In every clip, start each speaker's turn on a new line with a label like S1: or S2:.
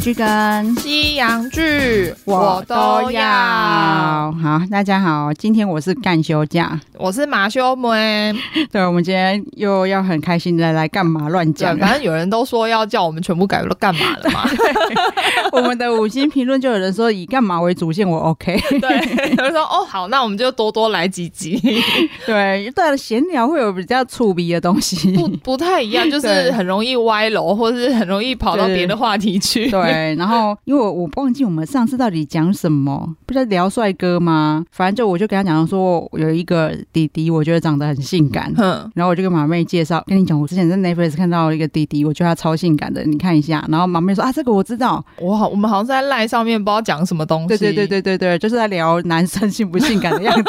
S1: 剧跟
S2: 西洋剧
S1: 好，大家好，今天我是干休假，
S2: 我是马修 梅，
S1: 对，我们今天又要很开心的来干嘛乱
S2: 对，
S1: 讲了。
S2: 反正有人都说要叫我们全部改了，干嘛了嘛？
S1: 我们的五星评论就有人说以干嘛为主线，我 OK。
S2: 对，有人说哦好，那我们就多多来几集，
S1: 对，但闲聊会有比较触鼻的东西。
S2: 不不太一 样，就是
S1: 对
S2: 很容易歪楼，或是很容易跑到
S1: 对
S2: 别的话题去。
S1: 对，然后因为我我忘记我们上次到底讲什么，不是聊帅哥吗？反正就我就跟他讲说，有一个弟弟，我觉得长得很性感。
S2: 哼，
S1: 然后我就跟马妹介绍，跟你讲，我之前在 Netflix 看到一个弟弟，我觉得他超性感的，你看一下。然后马妹说啊，这个我知道，
S2: 我好，我们好像在赖上面不知道讲什么 东西。
S1: 对对对。对对对，就是在聊男生性不性感的样子。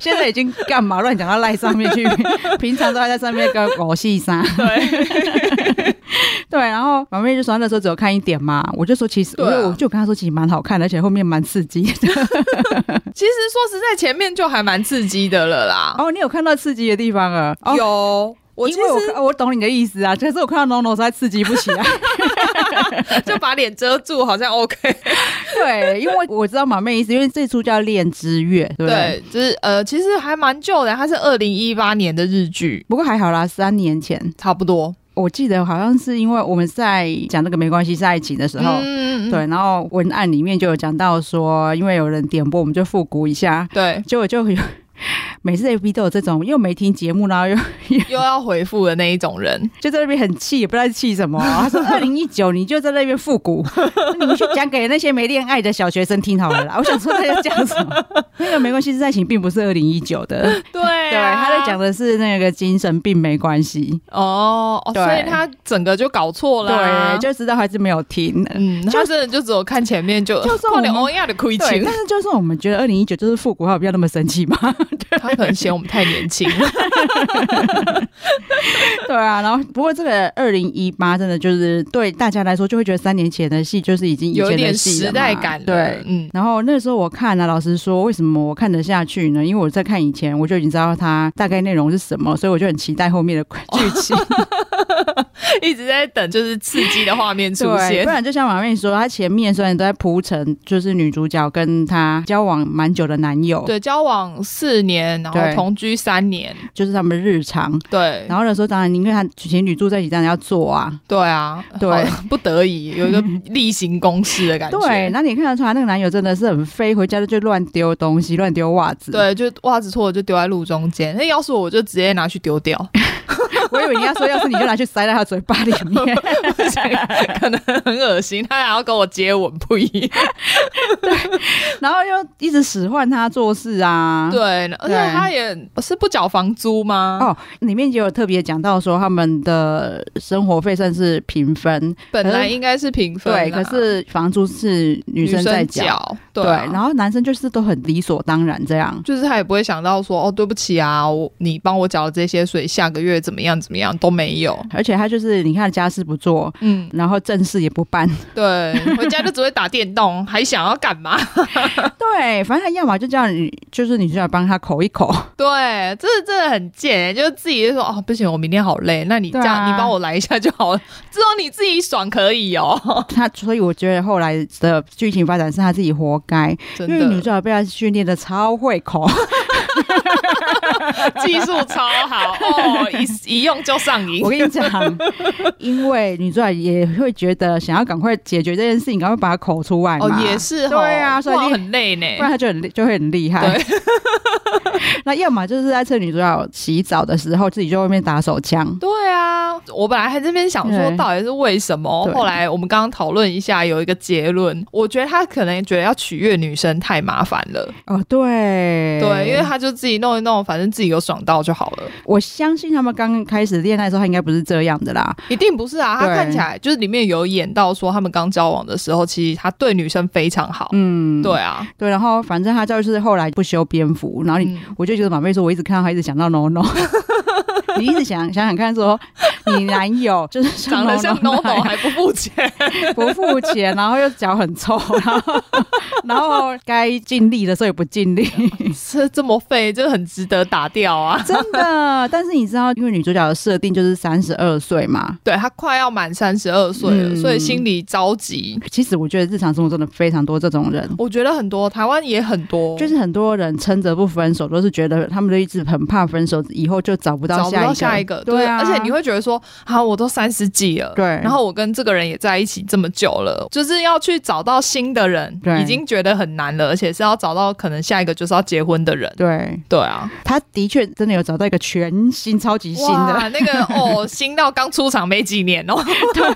S1: 现在已经干嘛乱讲到赖上面去？平常都还在上面跟狗戏杀。
S2: 对，
S1: 对，然后马妹就说那时候只有看一点嘛，我就说其实，
S2: 对啊
S1: 我就我就跟她说其实蛮好看的，而且后面蛮刺激 的。
S2: 其实说实在，前面就还蛮刺激的了啦。
S1: 哦，你有看到刺激的地方了？哦，
S2: 有，我其
S1: 因为我
S2: 实
S1: 看我懂你的意思啊，可是我看到 NONO 实在刺激不起来。
S2: 就把脸遮住，好像 OK。
S1: 对，因为我知道马妹的意思，因为这出叫《恋之月》，对不对？
S2: 对，就是呃，其实还蛮旧的，它是二零一八年的日剧，
S1: 不过还好啦，三年前，
S2: 差不多。
S1: 我记得好像是因为我们在讲那个没关系是爱情的时候，
S2: 嗯，
S1: 对，然后文案里面就有讲到说，因为有人点播，我们就复古一下，
S2: 对，
S1: 结果就有每次 A B 都有这种，又没听节目，然后又
S2: 又要回复的那一种人，
S1: 就在那边很气，也不知道在气什么。啊他说：“二零一九，你就在那边复古，你们去讲给那些没恋爱的小学生听好了啦。”我想说他在讲什 么？那个没关系，是爱情并不是二零一九的，
S2: 对、啊
S1: 对，他在讲的是那个精神病没关系，
S2: 哦，哦
S1: 对
S2: 所以他整个就搞错了、啊
S1: 对，就知道还是没有听。
S2: 嗯，他真的就只有看前面 就
S1: 就哦算我
S2: 快点
S1: 们
S2: 欧亚的亏
S1: 对，
S2: 情
S1: 但，是就算我们觉得二零一九就是复古，还有必要那么生气 吗？
S2: 他可能嫌我们太年轻，
S1: 对啊，然后不过这个二零一八真的就是对大家来说，就会觉得三年前的戏就是已 经以前
S2: 有
S1: 的
S2: 一点
S1: 戏了
S2: 时
S1: 嘛
S2: 代感了。
S1: 对。
S2: 嗯，
S1: 然后那时候我看呢、老实说，为什么我看得下去呢？因为我在看以前，我就已经知道它大概内容是什么，所以我就很期待后 面的剧情。
S2: 一直在等就是刺激的画面出
S1: 对，
S2: 现
S1: 不。然就像马妹说，她前面虽然都在铺陈，就是女主角跟她交往蛮久的男友，
S2: 对，交往四年，然后
S1: 对
S2: 同居三年，
S1: 就是他们的日常。
S2: 对，
S1: 然后那时候当然，因为他情侣住在一起，当然要做啊。
S2: 对啊，
S1: 对
S2: 好，不得已有一个例行公事的感觉。
S1: 对，那你看得出来那个男友真的是很飞，回家就乱丢东西，乱丢袜子。，
S2: 对，就袜子脱了就丢在路中间，那要是我就直接拿去丢掉，
S1: 我以为你要说，要是你就拿去塞在他嘴巴里 面。
S2: 可能很恶心，他还要跟我接吻不一样。
S1: 然后又一直使唤他做事啊。。
S2: 对，而且
S1: 对
S2: 他也是不缴房租吗？
S1: 哦，里面也有特别讲到说他们的生活费算是平分，
S2: 本
S1: 可是
S2: 来应该是平分啦，啊
S1: 对，可是房租是女
S2: 女
S1: 生在缴，
S2: 缴，
S1: 对，
S2: 啊
S1: 然后男生就是都很理所当然这样，
S2: 就是他也不会想到说哦，对不起啊，我你帮我缴了这些，所以下个月怎么样怎么样都没有。
S1: 而且他就是你看家事不做，
S2: 嗯，
S1: 然后正事也不办，
S2: 对，回家就只会打电动，还想要干嘛？
S1: 对，反正他要么就叫你，就是女主角帮他口一 口，
S2: 对，这真的很贱、欸，就是自己就说哦，不行，我明天好累，那你这
S1: 对啊
S2: 样、你帮我来一下就好了，只有你自己爽可以哦，
S1: 他所以我觉得后来的剧情发展是他自己活该，
S2: 真
S1: 因为女主
S2: 的
S1: 角被他训练的超会口，
S2: 技术超好哦， 一一用就上瘾
S1: 我。跟你 讲，因为女主角也会觉得想要赶快解决这件事情，赶快把它口出来嘛，
S2: 哦，也是哦，
S1: 对啊所以
S2: 哇
S1: 你
S2: 很累呢。
S1: 不然她就很厉就会很厉害
S2: 对。
S1: 那要么就是在趁女主角洗澡的时候，自己就在外面打手枪。
S2: 对啊，我本来还这边想说
S1: 对
S2: 到底是为什么，
S1: 对
S2: 后来我们刚刚讨论一下，有一个结论，我觉得他可能觉得要取悦女生太麻烦了，
S1: 哦，对
S2: 对，因为他就自己弄一弄，反正自己有爽到就好了。
S1: 我相信他们刚开始恋爱的时候，他应该不是这样的啦。
S2: 一定不是啊，他
S1: 对
S2: 看起来就是里面有演到说他们刚交往的时候，其实他对女生非常好。
S1: 嗯，
S2: 对啊，
S1: 对。然后反正他就是后来不修边幅，然后你
S2: 嗯
S1: 我就觉得马妹说，我一直看到她，一直想到 no no。你一直想想想看说，你男友就是是
S2: 长得像
S1: 浓
S2: Nono 还不付钱，
S1: 不付钱，然后又脚很臭，然后 然后该尽力的时候也不尽力，
S2: 这这么废，这很值得打掉啊！
S1: 真的。但是你知道，因为女主角的设定就是三十二岁嘛，
S2: 对他快要满三十二岁了，
S1: 嗯
S2: 所以心里着急。
S1: 其实我觉得日常生活真的非常多这种人。
S2: 我觉得很多台湾也很多，
S1: 就是很多人撑着不分手，都是觉得他们都一直很怕分手，以后就找不到
S2: 找不
S1: 下一个。
S2: 到下一个，
S1: 对啊，
S2: 而且你会觉得说，啊，我都三十几了，
S1: 对
S2: 然后我跟这个人也在一起这么久了，就是要去找到新的人，
S1: 对
S2: 已经觉得很难了，而且是要找到可能下一个就是要结婚的人，
S1: 对，
S2: 对啊，
S1: 他的确真的有找到一个全新、超级新的，
S2: 哇，那个哦， 新到刚出场没几年 哦，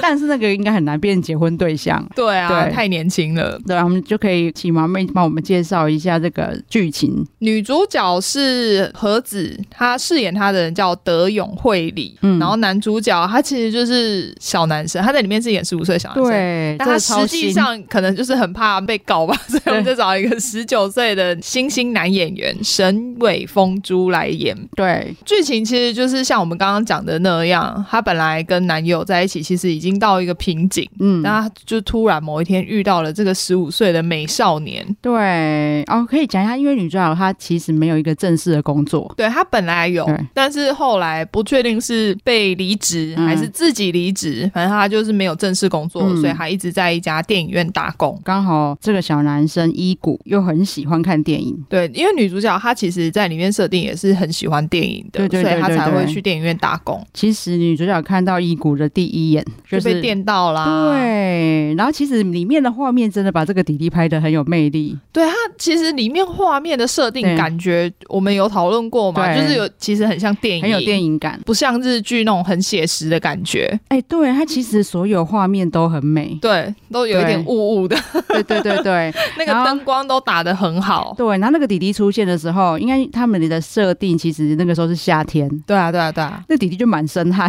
S1: 但是那个应该很难变结婚对象。
S2: 对啊，
S1: 对
S2: 太年轻了。
S1: 对，啊我们就可以请毛妹帮我们介绍一下这个剧情。
S2: 女主角是何子，她饰演她的人叫德永惠里，
S1: 嗯
S2: 然后男主角他其实就是小男生，他在里面是演十五岁小男生，
S1: 对，
S2: 但
S1: 啊这
S2: 他
S1: 个超
S2: 实际
S1: 新
S2: 上可能就是很怕被告吧，所以我们就找一个十九岁的新兴男演员神尾风珠来演。
S1: 对
S2: 剧情其实就是像我们刚刚讲的那样，她本来跟男友在一起，其实已经到一个瓶颈，
S1: 嗯，
S2: 但她就突然某一天遇到了这个十五岁的美少年。
S1: 对哦，可以讲一下，因为女主角她其实没有一个正式的工作，
S2: 对她本来有
S1: 对，
S2: 但是后来不确定是被离职
S1: 嗯
S2: 还是自己离职，反正她就是没有正式工作，
S1: 嗯
S2: 所以她一直在一家电影院打工。
S1: 刚好这个小男生伊谷又很喜欢看电影，
S2: 对，因为女主角她其实在里面设定也是很喜欢电影
S1: 对
S2: 的，
S1: 对
S2: 所以
S1: 对
S2: 她
S1: 对
S2: 才
S1: 对
S2: 会去电影院打工，
S1: 其实女主角看到伊谷的第一眼
S2: 就是被电啊到啦。，
S1: 对，然后其实里面的画面真的把这个弟弟拍的很有魅力，
S2: 对她其实里面画面的设定
S1: 对
S2: 感觉我们有讨论过嘛，
S1: 对
S2: 就是有其实很像电影，
S1: 很有电
S2: 影，
S1: 影感。
S2: 不像日剧那种很写实的感觉。。
S1: 哎，对，他其实所有画面都很美
S2: 对，都有一点
S1: 对
S2: 雾 雾的，
S1: 对对对对
S2: 那个
S1: 然后
S2: 灯光都打得很好。
S1: 对。然后那个弟弟出现的时候，应该他们的设定其实那个时候是夏天，
S2: 对啊，对啊，对啊。
S1: 那弟弟就满身 汗，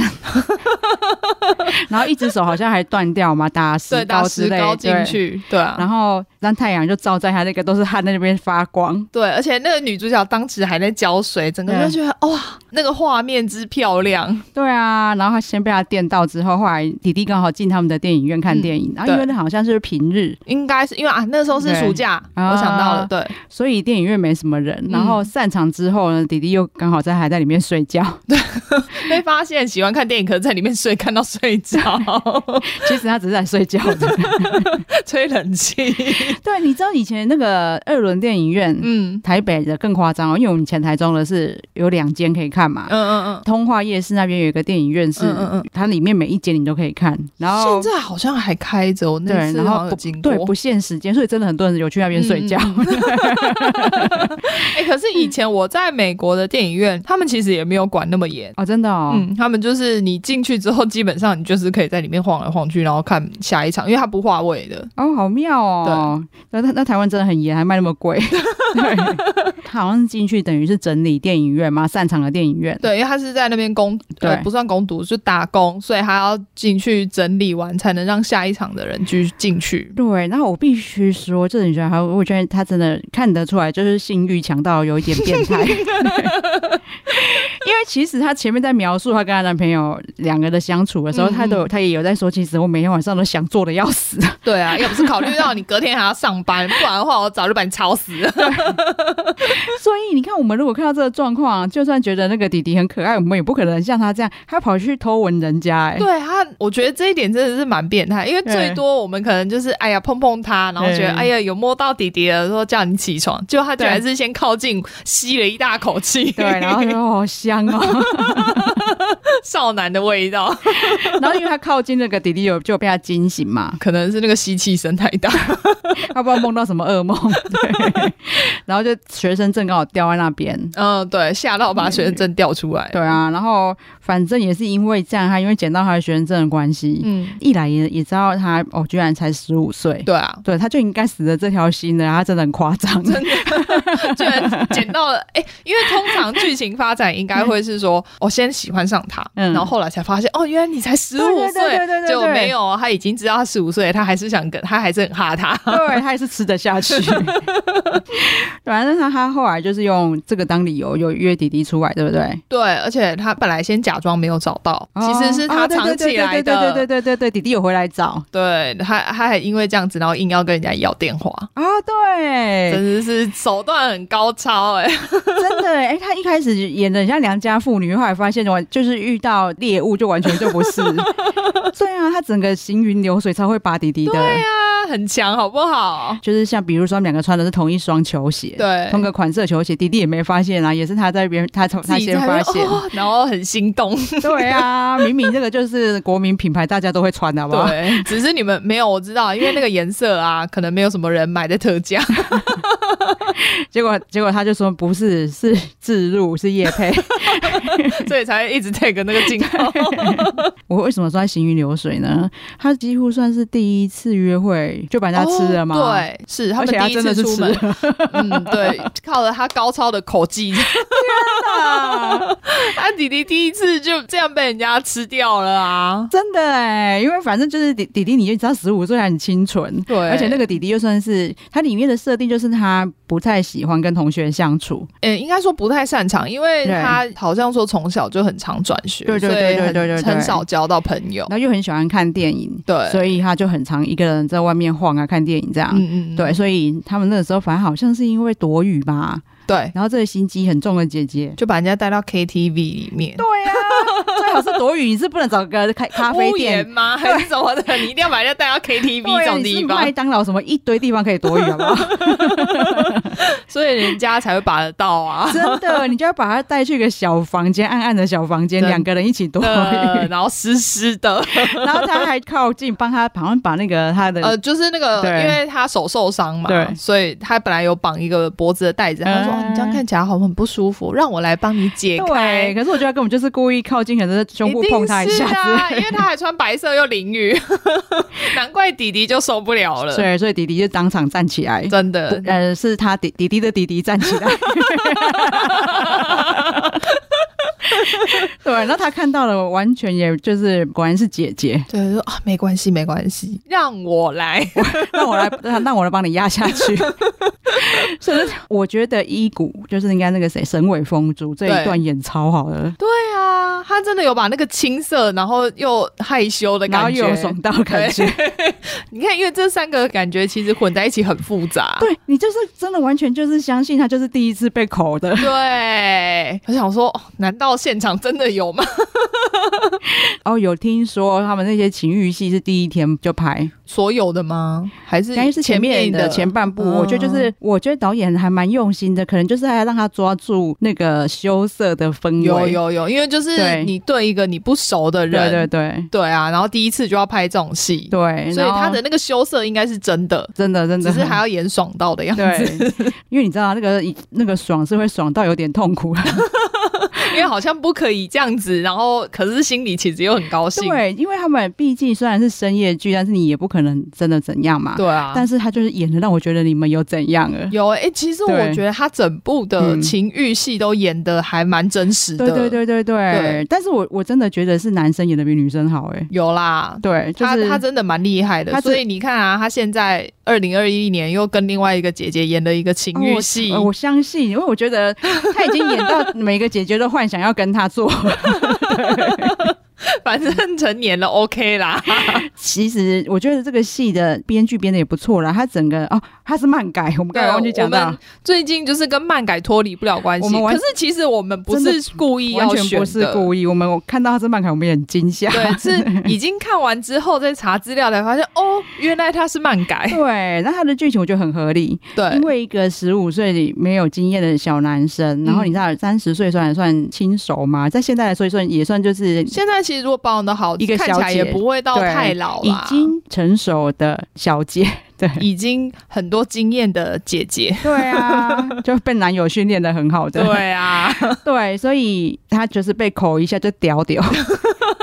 S1: 然后一只手好像还断掉嘛，打
S2: 对，
S1: 石
S2: 打
S1: 膏之
S2: 石
S1: 类
S2: 膏进。
S1: 对
S2: 去，对啊，
S1: 然后让太阳就照在他那个都是汗在那边发光，
S2: 对，而且那个女主角当时还在浇水，整个就觉得哇，那个画面之漂亮。
S1: 对啊，然后他先被他电到之后，后来弟弟刚好进他们的电影院
S2: 嗯
S1: 看电影，然后因为那好像是平日，
S2: 应该是因为啊，那时候是暑假，
S1: 对啊
S2: 我想到了，对
S1: 所以电影院没什么人。
S2: 嗯
S1: 然后散场之后呢，弟弟又刚好在还在里面睡觉。
S2: 被发现喜欢看电影，可是在里面睡，看到睡着，
S1: 其实他只是在睡 觉的。
S2: 吹冷气，
S1: 对，你知道以前那个二轮电影院，
S2: 嗯
S1: 台北的更夸张哦，因为我们以前台中的是有两间可以看嘛。
S2: 嗯嗯
S1: 通化夜市那边有一个电影院是，
S2: 嗯嗯嗯
S1: 它里面每一间你都可以看，然后
S2: 嗯，现在好像还开着，我那
S1: 对，
S2: 次
S1: 然
S2: 好
S1: 后
S2: 像
S1: 不
S2: 有经过
S1: 对，不限时间，所以真的很多人有去那边睡觉。
S2: 嗯哎、可是以前我在美国的电影院，他们其实也没有管那么严。
S1: 哦，真的哦，
S2: 嗯，他们就是你进去之后，基本上你就是可以在里面晃来晃去，然后看下一场，因为他不划位的。
S1: 哦，好妙哦！那那那台湾真的很严，还卖那么 贵。对，他好像进去等于是整理电影院嘛，散场的电影院。
S2: 对，因为他是在那边工，
S1: 对
S2: 呃，不算工读，就打工，所以他要进去整理完，才能让下一场的人继续进去。
S1: 对，然后我必须说，这女生还，我觉得她真的看得出来，就是性欲强到有一点变态。 对因为其实她前面在描述她跟她男朋友两个的相处的时候，
S2: 嗯
S1: 她都有，她也有在说，其实我每天晚上都想做的要死。
S2: 对啊，要不是考虑到你隔天还要上班，不然的话我早就把你吵死 了。
S1: 所以你看，我们如果看到这个状况，就算觉得那个弟弟很可爱，我们也不可能像他这样，还跑去偷闻人家、哎，
S2: 对他，我觉得这一点真的是蛮变态，因为最多我们可能就是哎呀碰碰他，然后觉得
S1: 对
S2: 哎呀有摸到弟弟了，说叫你起床，结果他居然
S1: 对
S2: 是先靠近，吸了一大口气，
S1: 对，然后就说哦好香哦，
S2: 少男的味道，
S1: 然后因为他靠近那个弟弟有就有被他惊醒嘛，
S2: 可能是那个吸气声太 大。
S1: 他不知道梦到什么噩梦， 对，然后就学生证刚好掉在那边。
S2: 嗯，对，吓到把学生证调出来。
S1: 对啊，然后反正也是因为这样，他因为捡到他的学生证的关系，
S2: 嗯，
S1: 一来也也知道他哦，居然才十五岁，
S2: 对啊，
S1: 对，他就应该死了这条心的，他真的很夸张，啊
S2: 真的居然捡到了。哎、因为通常剧情发展应该概会是说，我、先喜欢上他，
S1: 嗯
S2: 然后后来才发现，哦，原来你才十五
S1: 对对对对对
S2: 岁，
S1: 对
S2: 结果没有，他已经知道他十五岁，他还是想跟， 他还是很 哈他。
S1: 对，他也是吃得下 去。反正他他后来就是用这个当理由，有约弟弟出来，对不对？
S2: 对，而且他本来先假装没有找到，其实是他
S1: 哦对
S2: 藏
S1: 对
S2: 起
S1: 对
S2: 来
S1: 对对对
S2: 的。
S1: 对对对，弟弟有回来找
S2: 对，他他还因为这样子，然后硬要跟人家要电话，
S1: 啊，对，
S2: 真的是手段很高超哎、
S1: 真的哎、欸他一开始演的很像良家妇女，后来发现完就是遇到猎物就完全就不是。 对啊，他整个行云流水超会拔弟弟的，
S2: 对啊，很强好不好？
S1: 就是像比如说他们两个穿的是同一双球鞋，
S2: 对，
S1: 同个款式的球鞋，弟弟也没发现啊，也是他在别人他他
S2: 自己
S1: 先
S2: 在那
S1: 发现。
S2: 边 哦然后很心动。
S1: 对啊，明明这个就是国民品牌，大家都会穿的，好不好？
S2: 对，只是你们没有，我知道，因为那个颜色啊，可能没有什么人买在特 价。
S1: 结果结果他就说不是，是自入，是叶 配。
S2: 所以才一直 take 那个镜头。
S1: 我为什么说他行云流水呢？他几乎算是第一次约会就把人家吃了嘛、
S2: 哦对，是他
S1: 而
S2: 们
S1: 且
S2: 第
S1: 他
S2: 一
S1: 真的
S2: 次
S1: 是
S2: 出
S1: 吃
S2: 门
S1: 了，。
S2: 嗯，对，靠着他高超的口技，
S1: 啊
S2: 他弟弟第一次就这样被人家吃掉了啊！
S1: 真的哎、因为反正就是弟弟弟，你就知道十五岁还很清纯。
S2: 对，
S1: 而且那个弟弟又算是他里面的设定，就是他不太喜欢跟同学相处，
S2: 呃、应该说不太擅长，因为
S1: 对
S2: 他好像说从小就很常转学，
S1: 对对对
S2: 所以
S1: 对
S2: 很
S1: 对对对
S2: 很少交到朋友
S1: 然。后又很喜欢看电影，
S2: 对
S1: 所以他就很常一个人在外面晃啊，看电影这样。
S2: 嗯嗯，嗯
S1: 对，所以他们那个时候反正好像是因为躲雨吧，
S2: 对，
S1: 然后这个心机很重的姐姐，
S2: 就把人家带到 KTV 里面。
S1: 对呀、 最好是躲雨，你是不能找个开咖啡
S2: 屋
S1: 店
S2: 檐。 吗？还是什么的？你一定要把人家带到
S1: 对
S2: KTV 这
S1: 呀
S2: 种
S1: 你是
S2: 地方
S1: 麦，当劳什么一堆地方可以躲雨，好不好？
S2: 所以人家才会把得 到 啊。
S1: 真的，你就要把他带去一个小房间，暗暗的小房间，
S2: 真的
S1: 两个人一起躲雨，
S2: 呃，然后湿湿的，
S1: 然后他还靠近帮他，好像把那个他的、
S2: 呃，就是那个，
S1: 对
S2: 因为他手受伤嘛，
S1: 对
S2: 所以他本来有绑一个脖子的带子，他说、
S1: 嗯
S2: 哦你这样看起来好像很不舒服，让我来帮你解
S1: 对，
S2: 开。
S1: 可是我觉得他根本就是故意靠近，可能是胸部碰他一下
S2: 定是啊，
S1: 子。
S2: 因为他还穿白色又淋雨， 难怪弟弟就受不了 了，
S1: 对，所以弟弟就当场站起来，
S2: 真的。
S1: 呃，是他弟弟弟的弟弟站起 来。对，然后他看到了，完全也就是果然是姐姐，
S2: 对，说啊，没关系，没关系，让我来。
S1: 让我来，让让我来帮你压下去。所以 我觉得一谷就是应该那个谁沈伟峰珠这一
S2: 对
S1: 段演超好的，
S2: 对啊，他真的有把那个青涩，然后又害羞的
S1: 然后
S2: 感觉，
S1: 又有爽到感觉，
S2: 你看，因为这三个感觉其实混在一起很复杂。
S1: 对你就是真的完全就是相信他就是第一次被口 的，
S2: 对，我想说，哦难道现场真的有吗？
S1: 哦，有听说他们那些情欲戏是第一天就拍，
S2: 所有的吗？还是
S1: 应该是前面的前半部。
S2: 嗯
S1: 我觉得就是，我觉得导演还蛮用心的，可能就是还要让他抓住那个羞涩的氛围。
S2: 有，有有，因为就是
S1: 对
S2: 你对一个你不熟的人，
S1: 对对对
S2: 对啊，然后第一次就要拍这种戏，
S1: 对，
S2: 所以
S1: 然后
S2: 他的那个羞涩应该是真的，
S1: 真的真的
S2: 只是还
S1: 很。
S2: 要演爽到的样子，
S1: 对，因为你知道那个那个爽是会爽到有点痛苦，
S2: 因为 好像不可以这样子，然后可是心里其实又很高兴，
S1: 对，因为他们毕竟虽然是深夜剧，但是你也不可能真的怎样嘛。
S2: 对啊，
S1: 但是他就是演的让我觉得你们有怎样啊了。
S2: 有哎、欸其实
S1: 对
S2: 我觉得他整部的
S1: 嗯
S2: 情欲戏都演的还蛮真实的，
S1: 对对对对对，
S2: 对
S1: 但是我我真的觉得是男生演的比女生好哎、
S2: 有啦，
S1: 对，就
S2: 他
S1: 是
S2: 他真的蛮厉害的
S1: 他，真
S2: 所以你看啊，他现在二零二一年又跟另外一个姐姐演了一个情
S1: 哦
S2: 欲
S1: 我
S2: 戏，
S1: 呃我相信，因为我觉得他已经演到每个姐姐都幻想要跟他做。
S2: 反正成年了 OK 啦，
S1: 其实我觉得这个戏的编剧编的也不错啦，他整个哦，他是漫改，我们刚才忘记讲
S2: 我
S1: 到
S2: 们，最近就是跟漫改脱离不了关
S1: 我
S2: 系，
S1: 们
S2: 可
S1: 完
S2: 是其实我们不是故意
S1: 完
S2: 要
S1: 全
S2: 选
S1: 不是
S2: 的。
S1: 故意。啊我们我看到他是漫改，我们也很惊吓。
S2: 对，是已经看完之后再查资料才发现，哦，原来他是漫 改。
S1: 对，那他的剧情我觉得很合理，
S2: 对
S1: 因，为一个十五岁没有经验的小男生，
S2: 嗯
S1: 然后你知道三十岁算算轻熟嘛，在现在来说也算也算就是
S2: 现在其实如果保养的好，
S1: 一个小
S2: 看起来也
S1: 姐
S2: 不会到
S1: 对
S2: 太老
S1: 已
S2: 啦，
S1: 经成熟的小姐，对。
S2: 已经很多经验的姐姐。
S1: 对啊， 就被男友训练的很好的，
S2: 对啊，
S1: 对，所以他就是被口一下就屌屌，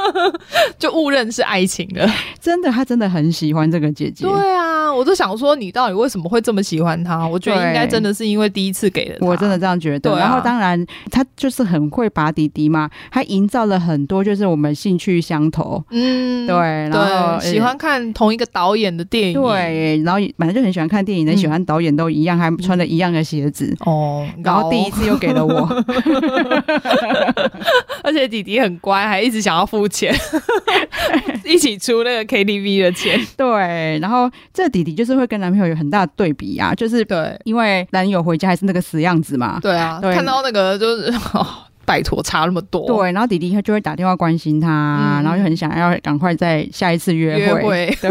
S2: 就误认是爱情了。
S1: 真的，他真的很喜欢这个姐姐。
S2: 对啊，我就想说，你到底为什么会这么喜欢他？我觉得应该真的是因为第一次给了他
S1: 我真的这样觉得。
S2: 对啊
S1: 然后当然，他就是很会拔迪迪嘛，他营造了很多就是我们兴趣相投，
S2: 嗯，
S1: 对，然后
S2: 对，喜。欢看同一个导演的电影，
S1: 对，然后本来就很喜欢看电影，连
S2: 嗯
S1: 喜欢导演都一样，还穿了一样的鞋子，
S2: 哦，
S1: 然后第一
S2: 嗯高，
S1: 次又给了 我，
S2: 而且弟弟很乖，还一直想要付 钱，一起出那个 KTV 的钱，
S1: 对，然后这弟弟就是会跟男朋友有很大的对比啊，就是
S2: 对，
S1: 因为男友回家还是那个死样子嘛，
S2: 对啊，
S1: 对
S2: 看到那个就是，哦、拜托差那么多，，
S1: 对，然后弟弟他就会打电话关心他，
S2: 嗯
S1: 然后就很想要赶快在下一次约
S2: 约
S1: 会。
S2: 会
S1: 对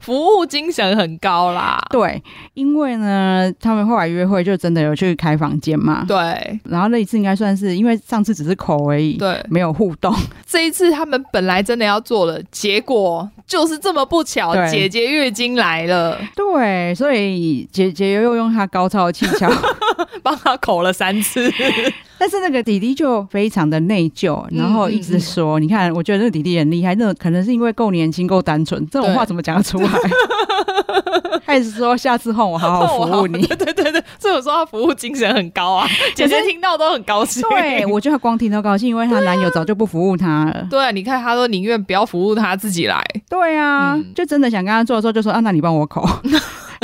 S2: 服务精神很高啦，
S1: 对，因为呢，他们后来约会就真的有去开房间嘛。
S2: 对
S1: 然后那一次应该算是，因为上次只是口而已，
S2: 对，
S1: 没有互动。
S2: 这一次他们本来真的要做了，结果就是这么不巧，
S1: 对
S2: 姐姐月经来了，
S1: 对，所以姐姐又用她高超的技巧，
S2: 帮她口了 三次，
S1: 但是那个弟弟就非常的内疚，然后一
S2: 嗯嗯
S1: 直
S2: 嗯
S1: 说：“你看，我觉得那个弟弟很厉害，那可能是因为够年轻、够单纯，这种
S2: 对
S1: 话怎么讲得 出来？”他一直说：“下次换我好好服务 你。”
S2: 对对对对，所以我说她服务精神很高啊，姐姐听到都很高兴。
S1: 对，我觉得她光听都高兴，因为她男友早就不服务她了。
S2: 对，啊你看，她说宁愿不要服务她自己来，
S1: 对啊，
S2: 嗯
S1: 就真的想跟她做的时候，就说啊，那你帮我 口，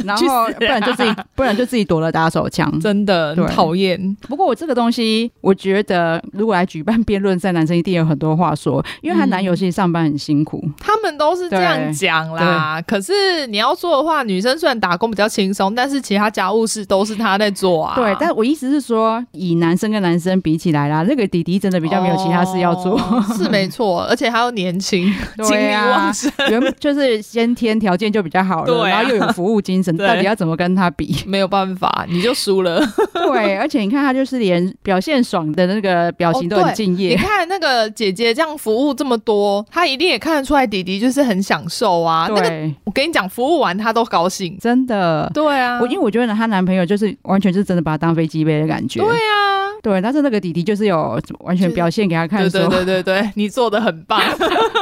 S1: 然
S2: 去死
S1: 后
S2: 啊
S1: 不然就自己，不然就自己躲了打手枪。
S2: 真的很
S1: 对
S2: 讨厌。
S1: 不过我这个东西，我觉得如果来举办辩论赛，男生一定有很多话说，因为她男友其实上班很辛苦。
S2: 他们都是这样讲啦，可是你要做的话，女生虽然打工比较轻松，但是其他家务事都是她在做啊。
S1: 对，但我意思是说，以男生跟男生比起来啦，那个弟弟真的比较没有其他事要做，
S2: 哦是没错，而且还要年轻，精力
S1: 对啊
S2: 旺盛。
S1: 原 就是先天条件就比较好了，
S2: 对啊
S1: 然后又有服务精神，
S2: 对
S1: 到底要怎么跟他 比？
S2: 没有办法，你就输了。
S1: 对，而且你看他就是连表现爽的那个表情都
S2: 哦对
S1: 很敬业。
S2: 你看那个姐姐这样服务这么多，她一定也看得出来弟弟就是很享受啊。那个
S1: 对，
S2: 我跟你讲，服务完她都高兴。
S1: 真的。
S2: 对啊，
S1: 我因为我觉得她男朋友就是完全是真的把她当飞机杯的感觉，
S2: 对啊，
S1: 对但是那个弟弟就是有完全表现给她看
S2: 对
S1: 说，
S2: 对对对对，你做的很 棒。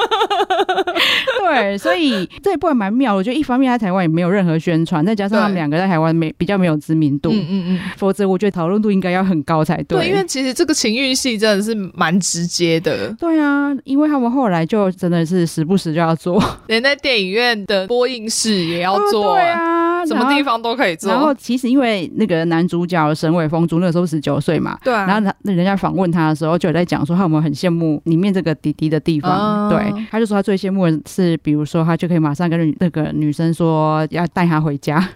S1: 对所以这一部还蛮妙的。我觉得一方面他台湾也没有任何宣传，再加上他们
S2: 对
S1: 两个在台湾没比较没有知名度，
S2: 嗯嗯嗯，
S1: 否则我觉得讨论度应该要很高才
S2: 对，因为其实这个情欲戏真的是蛮直接的，
S1: 对啊，因为他们后来就真的是时不时就要做，
S2: 连在电影院的播映室也 要做，
S1: 哦对啊，
S2: 什么地方都可以
S1: 然后？然后
S2: 做。
S1: 其实因为那个男主角沈伟峰珠那个时候十九岁嘛，
S2: 对啊，
S1: 然后他那人家访问他的时候，就有在讲说他有没有很羡慕里面这个弟弟的地方。
S2: 哦
S1: 对，他就说他最羡慕的是，比如说他就可以马上跟那个女生说要带她回 家。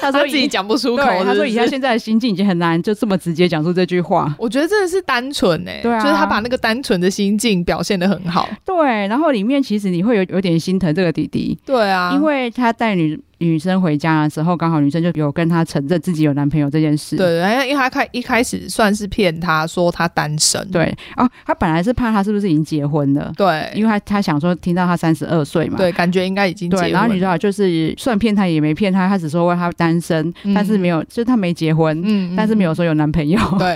S1: 他
S2: 他
S1: 说
S2: 自己
S1: 以
S2: 讲不出口，
S1: 对，他
S2: 是
S1: 说
S2: 不
S1: 以
S2: 是
S1: 他现在的心境已经很难就这么直接讲出这句话。
S2: 我觉得真的是单纯哎、
S1: 对啊
S2: 就是他把那个单纯的心境表现的很好。
S1: 对，然后里面其实你会有有点心疼这个弟弟，
S2: 对啊，
S1: 因为他带女女生回家的时候，刚好女生就有跟他承认自己有男朋友这件事。
S2: 对，然后因为他开一开始算是骗他说他单身，
S1: 对，哦，他本来是怕他是不是已经结婚了，
S2: 对
S1: 因为他他想说听到他三十二岁嘛，
S2: 对，感觉应该已经结
S1: 对，
S2: 婚，
S1: 然后女主角就是算骗他也没骗他，他只说他单身，
S2: 嗯
S1: 但是没有，就是他没结婚。
S2: 嗯
S1: 但是没有说有男朋友，
S2: 对，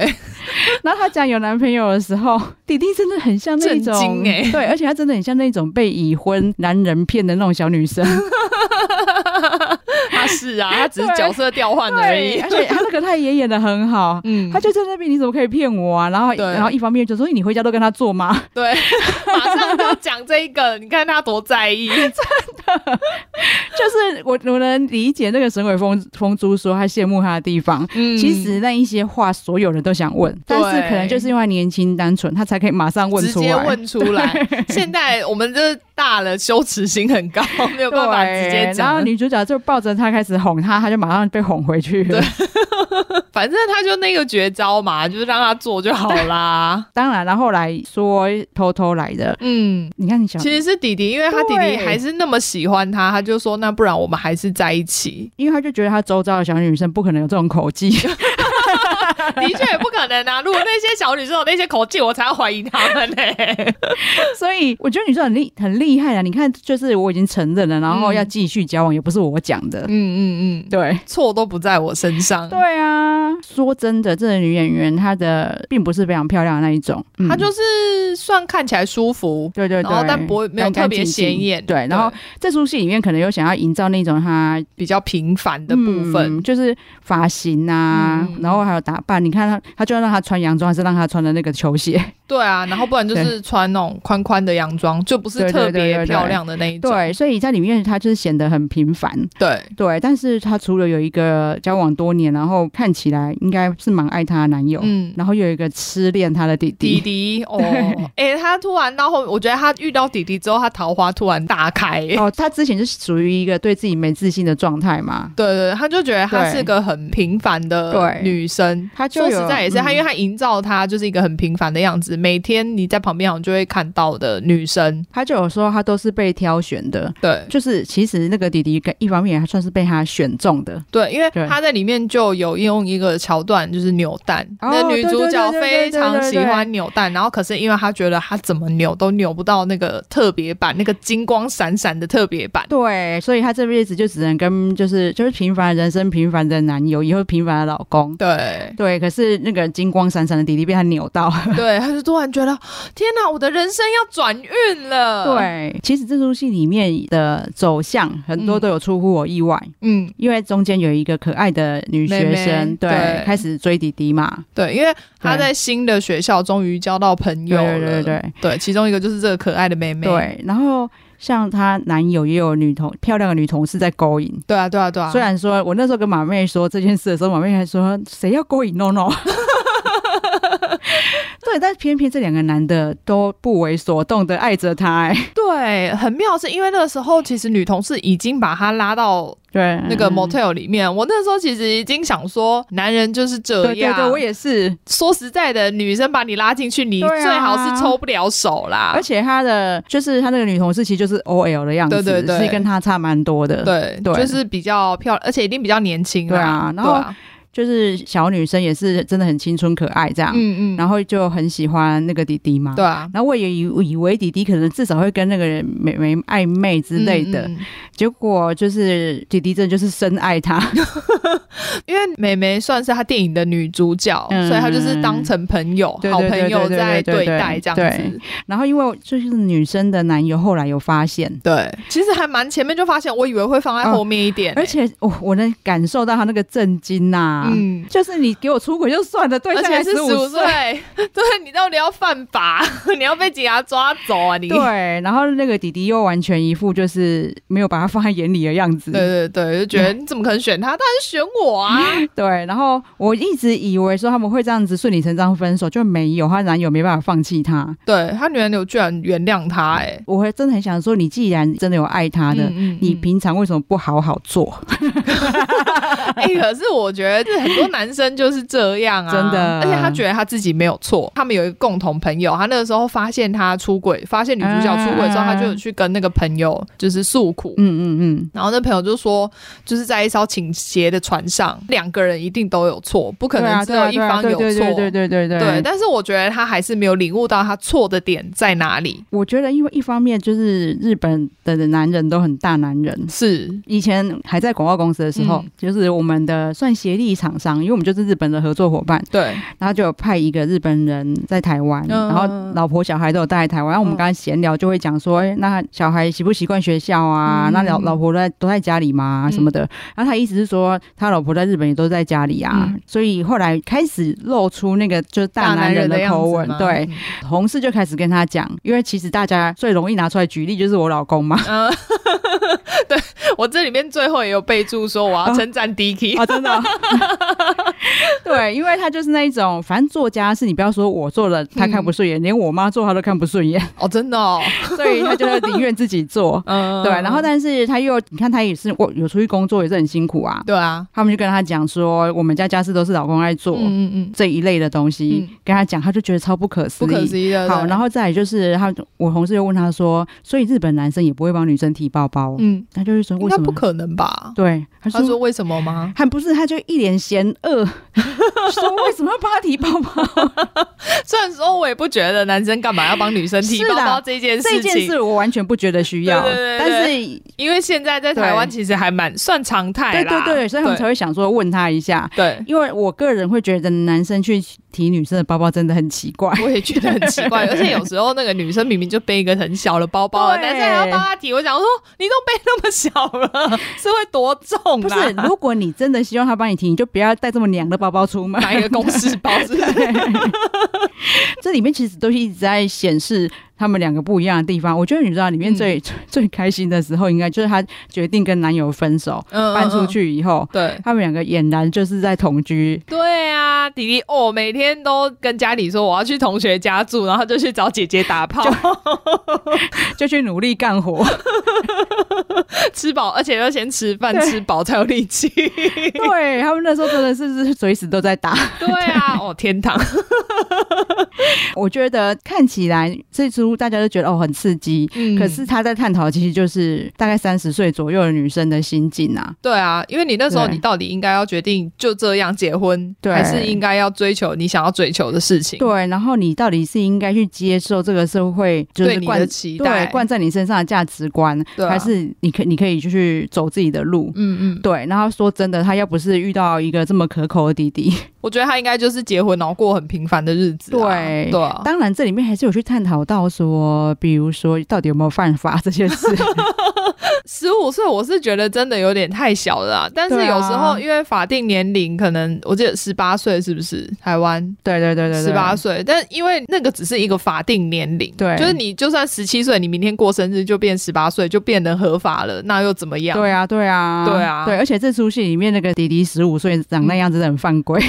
S1: 然后他讲有男朋友的时候，弟弟真的很像那
S2: 震
S1: 种，
S2: 惊欸
S1: 对，而且他真的很像那种被已婚男人骗的那种小女生，
S2: 他是啊，他只是
S1: 对
S2: 角色调换而
S1: 对，
S2: 已
S1: 而。且他那个他也演的很好，
S2: 嗯，
S1: 他就在那边你怎么可以骗我啊？然后
S2: 对
S1: 然后一方面就说你回家都跟他做吗？
S2: 对，马上就讲这一个，你看他多在 意，
S1: 就是我我能理解那个沈伟峰峰珠说他羡慕他的地方，
S2: 嗯
S1: 其实那一些话，所有人都想问，但是可能就是因为他年轻单纯，他才可以马上问
S2: 直
S1: 出
S2: 接
S1: 来。
S2: 问出 来。现在我们这大了，羞耻心很高，没有办法直接
S1: 对，然后
S2: 讲。
S1: 女主角就抱着他开始哄他，他就马上被哄回去了。
S2: 反正他就那个绝招嘛，就是让他做就好啦。
S1: 当然，然后后来说偷偷来的，
S2: 嗯，
S1: 你看你想，
S2: 其实是弟弟，因为他弟弟
S1: 对
S2: 还是那么喜欢他，他就说那不然我们还是在一 起。
S1: 因为他就觉得他周遭的小女生不可能有这种口技，
S2: 的确也不可能啊！如果那些小女生有那些口气，我才要怀疑他们呢、
S1: 所以我觉得女生很厉很厉害啊。你看，就是我已经承认了，然后
S2: 嗯
S1: 要继续交往，也不是我讲的，
S2: 嗯嗯嗯，
S1: 对
S2: 错都不在我身上。
S1: 对啊，说真的，这个女演员她的并不是非常漂亮的那一种，嗯
S2: 她就是算看起来舒服，
S1: 对对对，
S2: 然后但不会没有
S1: 干干
S2: 特别
S1: 净净
S2: 显眼
S1: 对，然后这出戏里面可能又想要营造那种她
S2: 比较平凡的部分
S1: 嗯，就是发型啊，
S2: 嗯
S1: 然后还有打扮。你看她，她就算让她穿洋装，还是让她穿的那个球 鞋。
S2: 对啊，然后不然就是穿那种宽宽的洋装，就不是
S1: 对对
S2: 特
S1: 对
S2: 别
S1: 对对
S2: 漂亮的那一种，
S1: 对，所以在里面她就是显得很平凡。
S2: 对
S1: 对，但是她除了有一个交往多年，然后看起来应该是蛮爱她的男友，
S2: 嗯。
S1: 然后又有一个痴恋她的弟弟。
S2: 弟弟哦，哎、他突然到后，我觉得他遇到弟弟之后，他桃花突然大开、欸
S1: 哦，她之前就是属于一个对自己没自信的状态嘛，
S2: 对对，他就觉得她
S1: 对
S2: 是个很平凡的
S1: 对
S2: 女生。
S1: 她就
S2: 说
S1: 有
S2: 实在也是，
S1: 嗯
S2: 她因为她营造她就是一个很平凡的样子，每天你在旁边好像就会看到的女生。
S1: 她就有说她都是被挑选的，
S2: 对
S1: 就是其实那个弟弟一方面还算是被她选中的，
S2: 对，因为
S1: 对
S2: 她在里面就有用一个桥段，就是扭蛋。
S1: 哦
S2: 那女主角
S1: 对对对对
S2: 非
S1: 对
S2: 常喜
S1: 对对
S2: 欢扭蛋，然后可是因为她觉得她怎么扭都扭不到那个特别版，那个金光闪闪的特别版。
S1: 对，所以她这辈子就只能跟就是就是平凡的人生、平凡的男友，以后平凡的老公。
S2: 对，
S1: 对，可是那个金光闪闪的弟弟被他扭到。
S2: 对，她就突然觉得，天哪，我的人生要转运了。，
S1: 对， 其实这出戏里面的走向很多
S2: 嗯
S1: 都有出乎我意外，
S2: 嗯，
S1: 因为中间有一个可爱的女学
S2: 妹妹
S1: 生，对，
S2: 对
S1: 开始追弟弟嘛。
S2: 对，因为他
S1: 对
S2: 在新的学校终于交到朋
S1: 对
S2: 友
S1: 对
S2: 了，
S1: 对对
S2: 对其中一个就是这个可爱的妹妹，
S1: 对，然后像她男友也有女同漂亮的女同事在勾引。
S2: 对啊，对啊，对啊，
S1: 虽然说我那时候跟马妹说这件事的时候，马妹还说谁要勾引 NONO。对，但偏偏这两个男的都不为所动的爱着她、哎，
S2: 对很妙，是因为那个时候其实女同事已经把她拉到
S1: 对，
S2: 那个 motel 里面，我那时候其实已经想说，男人就是这
S1: 对对
S2: 样，
S1: 对，我也是。
S2: 说实在的，女生把你拉进去，你
S1: 对
S2: 最
S1: 啊
S2: 好是抽不了手啦
S1: 而，且他的就是他那个女同事，其实就是 O L 的样子，
S2: 对对对
S1: 是跟他差蛮多的。，
S2: 对，
S1: 对啊
S2: 就是比较漂亮，而且一定比较年轻啦，
S1: 对啊然后
S2: 对啊
S1: 就是小女生也是真的很青春可爱这样，
S2: 嗯嗯，
S1: 然后就很喜欢那个弟弟嘛。
S2: 对。啊
S1: 然后我也以以为弟弟可能至少会跟那个人美眉暧昧之类的，
S2: 嗯嗯嗯
S1: 结果就是弟弟真的就是深爱她，
S2: 因为美眉算是她电影的女主角，
S1: 嗯
S2: 所以她就是当成朋友、
S1: 对
S2: 好
S1: 对对
S2: 朋友在
S1: 对对对对
S2: 待这样
S1: 对
S2: 子。
S1: 然后因为就是女生的男友后来有发现，
S2: 对，其实还蛮前面就发现，我以为会放在后面一点欸、
S1: 哦而且啊我、我能感受到他那个震惊呐、
S2: 嗯。
S1: 就是你给我出轨就算了，对
S2: 而
S1: 象
S2: 且
S1: 才
S2: 是十
S1: 五
S2: 五岁， 对你到底要犯法，你要被警察抓走啊！你
S1: 对，然后那个弟弟又完全一副就是没有把他放在眼里的样子，
S2: 对对对就觉得你怎么可能选他？当然是选我啊！
S1: 嗯对然后我一直以为说他们会这样子顺理成章分手，就没有，她男友没办法放弃她。
S2: 对他女人有居然原谅他、欸，
S1: 我还真的很想说，你既然真的有爱
S2: 哎，
S1: 他的，
S2: 嗯
S1: 你平常为什么不好好做？
S2: 哎、可是我觉得这很多男生就是这样啊，
S1: 真的
S2: 而且他觉得他自己没有错。他们有一个共同朋友，他那个时候发现他出轨，发现女主角出轨之后，
S1: 嗯
S2: 他就有去跟那个朋友就是诉苦。
S1: 嗯嗯
S2: 然后那朋友就说，就是在一艘倾斜的船上，两个人一定都有错，不
S1: 嗯，
S2: 可能只
S1: 对啊
S2: 有一方有错。
S1: 对啊对啊对对对对
S2: 对，但是我觉得他还是没有领悟到他错的点在哪里。
S1: 我觉得，因为一方面就是日本的男人都很大男人。
S2: 是，
S1: 以前还在广告公司的时候，
S2: 嗯
S1: 就是我们的算协力厂商，因为我们就是日本的合作伙伴，
S2: 对，
S1: 然后就有派一个日本人在台湾，
S2: 嗯
S1: 然后老婆小孩都有带来台湾。然后我们刚才闲聊就会讲说，哎、那小孩习不习惯学校啊？
S2: 嗯
S1: 那老老婆都在都在家里吗？
S2: 嗯
S1: 什么的。然后他意思是说，他老婆在日本也都在家里啊。
S2: 嗯
S1: 所以后来开始露出那个就是大男人
S2: 的
S1: 的
S2: 样
S1: 口
S2: 子
S1: 吻
S2: 吗，嗯
S1: 对，，同事就开始跟他讲，因为其实大家最容易拿出来举例就是我老公嘛。
S2: 嗯，对我这里面最后也有备注说我要称赞 Dicky，、
S1: 啊，真的 哦、对，因为他就是那一种，反正做家事，你不要说我做了他看不顺眼，连我妈做他都看不顺 眼，
S2: 哦，真的哦，。
S1: 所以他就宁愿自己做
S2: 嗯，
S1: 对，然后但是他又，你看他也是我有出去工作，也是很辛苦啊。
S2: 对啊，
S1: 他们就跟他讲说，我们家家事都是老公在做、
S2: 嗯嗯嗯，
S1: 这一类的东西，
S2: 嗯
S1: 跟他讲，他就觉得超不可思
S2: 不
S1: 议。
S2: 可思议的，
S1: 好，然
S2: 后
S1: 后再来就是他，我同事又问他说，所以日本男生也不会帮女生提包包，
S2: 嗯，
S1: 他就会说
S2: 应
S1: 为
S2: 该
S1: 什
S2: 不
S1: 么？
S2: 可能吧？
S1: 对，他
S2: 他说为什什么吗？
S1: 还不是，他就一脸嫌恶，说为什么要帮他提包 包？
S2: 虽然说我也不觉得男生干嘛要帮女生提
S1: 是
S2: 包
S1: 啦
S2: 包这件
S1: 这
S2: 事
S1: 件
S2: 情，
S1: 事我完全不觉得需要，
S2: 对对对对
S1: 但是
S2: 因为现在在台湾
S1: 对
S2: 其实还蛮算常态
S1: 对
S2: 啦。
S1: 对对，所以我们才会想说问他一下，
S2: 对。
S1: 因为我个人会觉得男生去提女生的包包真的很奇怪。
S2: 我也觉得很奇 怪，而且有时候那个女生明明就背一个很小的包包了，
S1: 对
S2: 男生还要帮她提。我想说，你都背那么小了， 是会多重啊
S1: 不
S2: 啦？
S1: 是，如果你真的希望他帮你提，你就不要带这么娘的包包出 门。
S2: 拿一个公事包 是不是？
S1: 这里面其实都是一直在显示他们两个不一样的地方。我觉得你知道，里
S2: 嗯
S1: 面最、最开心的时候，应该就是她决定跟男友分手，
S2: 嗯
S1: 搬出。去以后，
S2: 嗯嗯对
S1: 他们两个俨然就是在同居。
S2: 对啊，弟弟哦，每天都跟家里说我要去同学家住，然后就去找姐姐打炮，
S1: 就去努力干 活，
S2: 吃饱，而且要先吃饭，吃饱才有力 气。
S1: 对他们那时候真的是是随时都在打。
S2: 对啊，哦，天堂。
S1: 我觉得看起来这出大家都觉得哦很刺激，
S2: 嗯
S1: 可是他在探讨其实就是大概三十岁左右的女生的心境啊。
S2: 对啊，因为你那时候
S1: 对
S2: 你到底应该要决定就这样结婚，
S1: 对
S2: 还是应该要追求你想要追求的事情？
S1: 对，然后你到底是应该去接受这个社会就是
S2: 对你
S1: 灌
S2: 的期待
S1: 对灌在你身上的价值观，
S2: 对啊
S1: 还是你可你可以就去走自己的路。
S2: 嗯嗯，
S1: 对，然后说真的，他要不是遇到一个这么可口的弟弟，
S2: 我觉得他应该就是结婚，然后过很平凡的日子啊、
S1: 对
S2: 对啊，
S1: 当然这里面还是有去探讨到说，比如说到底有没有犯法这件 事。
S2: 十五岁我是觉得真的有点太小了啊，但是
S1: 对啊
S2: 有时候因为法定年龄可能我记得十八岁是不是？台湾
S1: 对对对对对，
S2: 十八岁，但因为那个只是一个法定年龄，
S1: 对
S2: 就是你就算十七岁，你明天过生日就变十八岁，就变得合法了，那又怎么样？
S1: 对啊，对啊，
S2: 对啊
S1: 对，而且这出戏里面那个弟弟十五岁长那样，真的很犯规。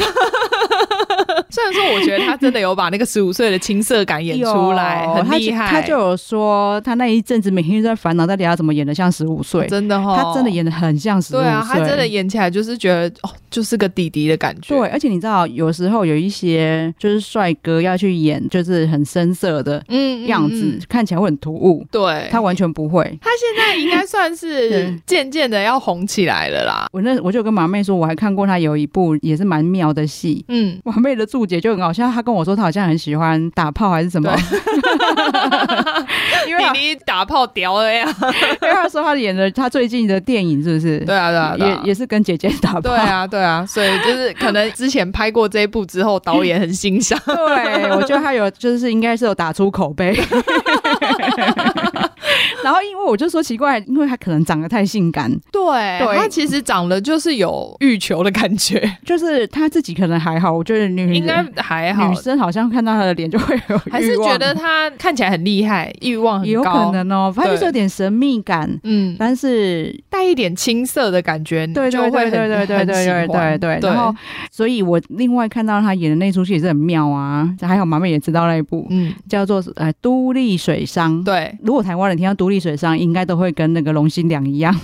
S2: 虽然说我觉得他真的有把那个十五岁的青涩感 演出来，
S1: 有
S2: 很厉害，
S1: 哎他就他就有说，他那一阵子每天都在烦恼，到底要怎么演得像十五岁。
S2: 真的哈、
S1: 他真的演得很像十五
S2: 对
S1: 岁，
S2: 啊，他真的演起来就是觉得哦，就是个弟弟的感觉，
S1: 对，而且你知道，有时候有一些就是帅哥要去演，就是很深色的
S2: 嗯，嗯
S1: 样子，
S2: 嗯
S1: 看起来会很突兀。
S2: 对，
S1: 他完全不会。
S2: 他现在应该算是
S1: 对
S2: 渐渐的要红起来了啦，
S1: 我那我就跟马妹说，我还看过他有一部也是蛮妙的戏。
S2: 嗯。
S1: 马妹的注解就很好笑，她跟我说她好像很喜欢打炮还是什么， 因为她
S2: 弟弟打炮屌了呀！
S1: 因为她说她演的她最近的电影是不是？
S2: 对啊，对啊，对啊
S1: 也也是跟姐姐打炮。
S2: 对啊，对啊，所以就是可能之前拍过这一部之后，导演很欣赏，
S1: 对，我觉得他有就是应该是有打出口碑。 然后因为我就说奇怪，因为他可能长得太性感，
S2: 对
S1: 对
S2: 他其实长得就是有欲求的感觉，嗯
S1: 就是他自己可能还好，我觉得女
S2: 应该还好
S1: 女，生好像看到他的脸就会有欲望
S2: 还是觉得他看起来很厉害，欲望
S1: 也有
S2: 很
S1: 可
S2: 高，
S1: 能哦，反正就是有点神秘感，
S2: 嗯，
S1: 但是。
S2: 带一点青涩的感觉，
S1: 对
S2: 就
S1: 对
S2: 会
S1: 对对对对对对对对，然后，所以我另外看到他演的那出戏也是很妙啊，还好妈妹也知道那一部
S2: 嗯，
S1: 叫做呃《都立水殇》，
S2: 对，
S1: 如果台湾人听到独立水上，应该都会跟那个龙心良一 样。